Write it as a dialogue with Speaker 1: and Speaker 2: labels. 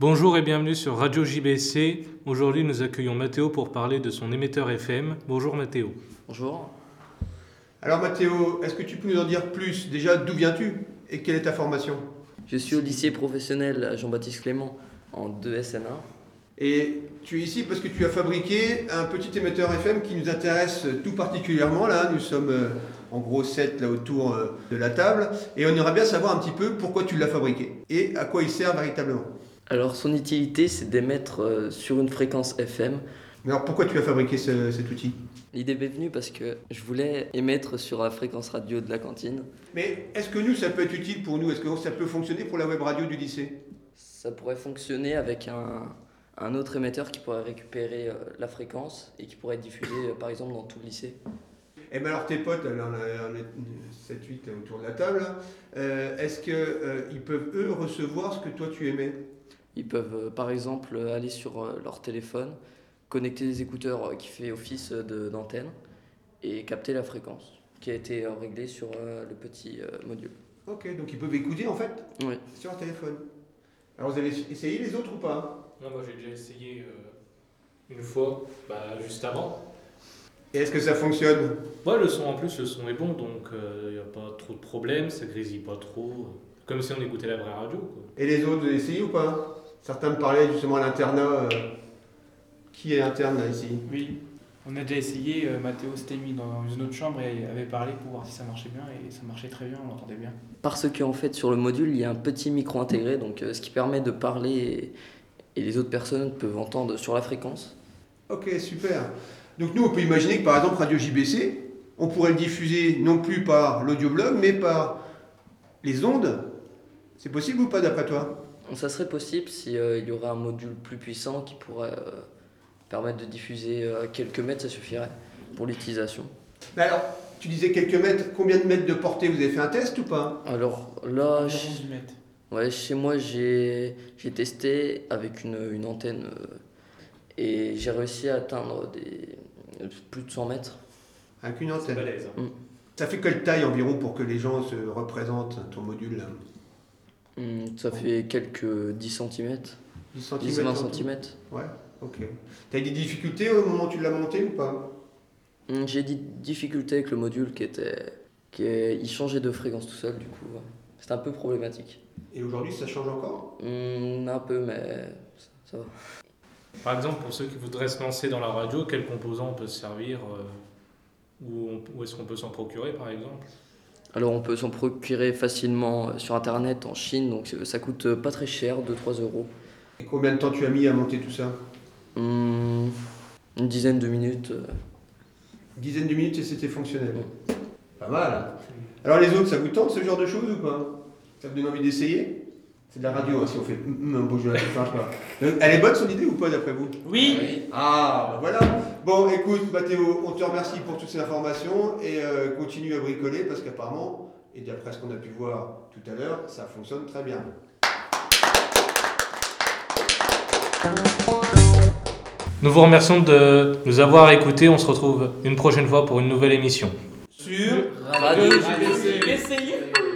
Speaker 1: Bonjour et bienvenue sur Radio JBC. Aujourd'hui, nous accueillons Mathéo pour parler de son émetteur FM. Bonjour Mathéo.
Speaker 2: Bonjour.
Speaker 3: Alors Mathéo, est-ce que tu peux nous en dire plus Déjà, d'où viens-tu et quelle est ta formation
Speaker 2: Je suis au lycée professionnel à Jean-Baptiste Clément en 2SNA.
Speaker 3: Et tu es ici parce que tu as fabriqué un petit émetteur FM qui nous intéresse tout particulièrement. Là, nous sommes euh, en gros 7 là autour euh, de la table et on aimerait bien savoir un petit peu pourquoi tu l'as fabriqué et à quoi il sert véritablement.
Speaker 2: Alors son utilité c'est d'émettre euh, sur une fréquence FM.
Speaker 3: Mais alors pourquoi tu as fabriqué ce- cet outil
Speaker 2: L'idée m'est venue parce que je voulais émettre sur la fréquence radio de la cantine.
Speaker 3: Mais est-ce que nous, ça peut être utile pour nous Est-ce que ça peut fonctionner pour la web radio du lycée
Speaker 2: Ça pourrait fonctionner avec un, un autre émetteur qui pourrait récupérer euh, la fréquence et qui pourrait être diffusé euh, par exemple dans tout le lycée.
Speaker 3: Eh bien alors tes potes, là, on a- on est 7-8 là, autour de la table, là. Euh, est-ce qu'ils peuvent eux recevoir ce que toi tu aimais
Speaker 2: Ils peuvent euh, par exemple euh, aller sur euh, leur téléphone, connecter des écouteurs euh, qui fait office euh, de- d'antenne et capter la fréquence qui a été euh, réglée sur euh, le petit euh, module.
Speaker 3: Ok, donc ils peuvent écouter en fait
Speaker 2: Oui.
Speaker 3: sur leur téléphone. Alors vous avez essayé les autres ou pas
Speaker 1: moi j'ai déjà essayé euh, une fois, bah, juste avant.
Speaker 3: Et est-ce que ça fonctionne
Speaker 1: Ouais, le son en plus, le son est bon, donc il n'y a pas trop de problème, ça grésille pas trop. euh, Comme si on écoutait la vraie radio. quoi.
Speaker 3: Et les autres, vous avez essayé ou pas Certains me parlaient justement à l'internat. euh, Qui est interne là ici
Speaker 4: Oui, on a déjà essayé, euh, Mathéo s'était mis dans une autre chambre et avait parlé pour voir si ça marchait bien et ça marchait très bien, on l'entendait bien.
Speaker 2: Parce qu'en fait, sur le module, il y a un petit micro intégré, donc euh, ce qui permet de parler et, et les autres personnes peuvent entendre sur la fréquence.
Speaker 3: Ok, super. Donc nous, on peut imaginer que par exemple Radio JBC, on pourrait le diffuser non plus par l'audioblog, mais par les ondes. C'est possible ou pas d'après toi
Speaker 2: Donc, ça serait possible si euh, il y aurait un module plus puissant qui pourrait euh, permettre de diffuser euh, à quelques mètres, ça suffirait pour l'utilisation.
Speaker 3: Mais alors, tu disais quelques mètres, combien de mètres de portée Vous avez fait un test ou pas
Speaker 2: Alors là,
Speaker 4: Environ
Speaker 2: Euh, je-
Speaker 4: 10 mètres.
Speaker 2: ouais, chez moi, j'ai j'ai testé avec une, une antenne euh, et j'ai réussi à atteindre des plus de 100 mètres.
Speaker 3: Avec une
Speaker 1: C'est
Speaker 3: antenne.
Speaker 1: balèze. hein.
Speaker 3: Ça fait quelle taille environ pour que les gens se représentent ton module là
Speaker 2: Hum, ça fait quelques 10 cm,
Speaker 3: 10
Speaker 2: 10
Speaker 3: centimètres
Speaker 2: 20
Speaker 3: en tout
Speaker 2: cm.
Speaker 3: Ouais, ok. T'as eu des difficultés au moment où tu l'as monté ou pas
Speaker 2: Hmm, J'ai des difficultés avec le module qui était. Qui est- il changeait de fréquence tout seul, du coup. C'était un peu problématique.
Speaker 3: Et aujourd'hui, ça change encore
Speaker 2: Hmm, un peu, mais ça- ça va.
Speaker 1: Par exemple, pour ceux qui voudraient se lancer dans la radio, quel composant on peut se servir euh, Ou on- où est-ce qu'on peut s'en procurer par exemple
Speaker 2: Alors, on peut s'en procurer facilement euh, sur internet en Chine, donc c'est- ça coûte euh, pas très cher, 2-3 euros.
Speaker 3: Et combien de temps tu as mis à monter tout ça
Speaker 2: Hmm, une dizaine de minutes. euh.
Speaker 3: Une dizaine de minutes et c'était fonctionnel. Pas mal. hein. Alors les autres, ça vous tente ce genre de choses ou pas Ça vous donne envie d'essayer C'est de la radio, hein, si on fait hum, hum, un beau jeu, ça marche pas. Donc, Elle est bonne son idée ou pas d'après vous
Speaker 4: Oui
Speaker 3: Ah, bah voilà. Bon, écoute, Mathéo, on te remercie pour toutes ces informations et euh, continue à bricoler parce qu'apparemment, et d'après ce qu'on a pu voir tout à l'heure, ça fonctionne très bien.
Speaker 1: Nous vous remercions de nous avoir écoutés. On se
Speaker 2: Euh,
Speaker 1: retrouve une prochaine fois pour une nouvelle émission.
Speaker 3: Sur
Speaker 2: Radio
Speaker 4: JBC.
Speaker 5: Essayez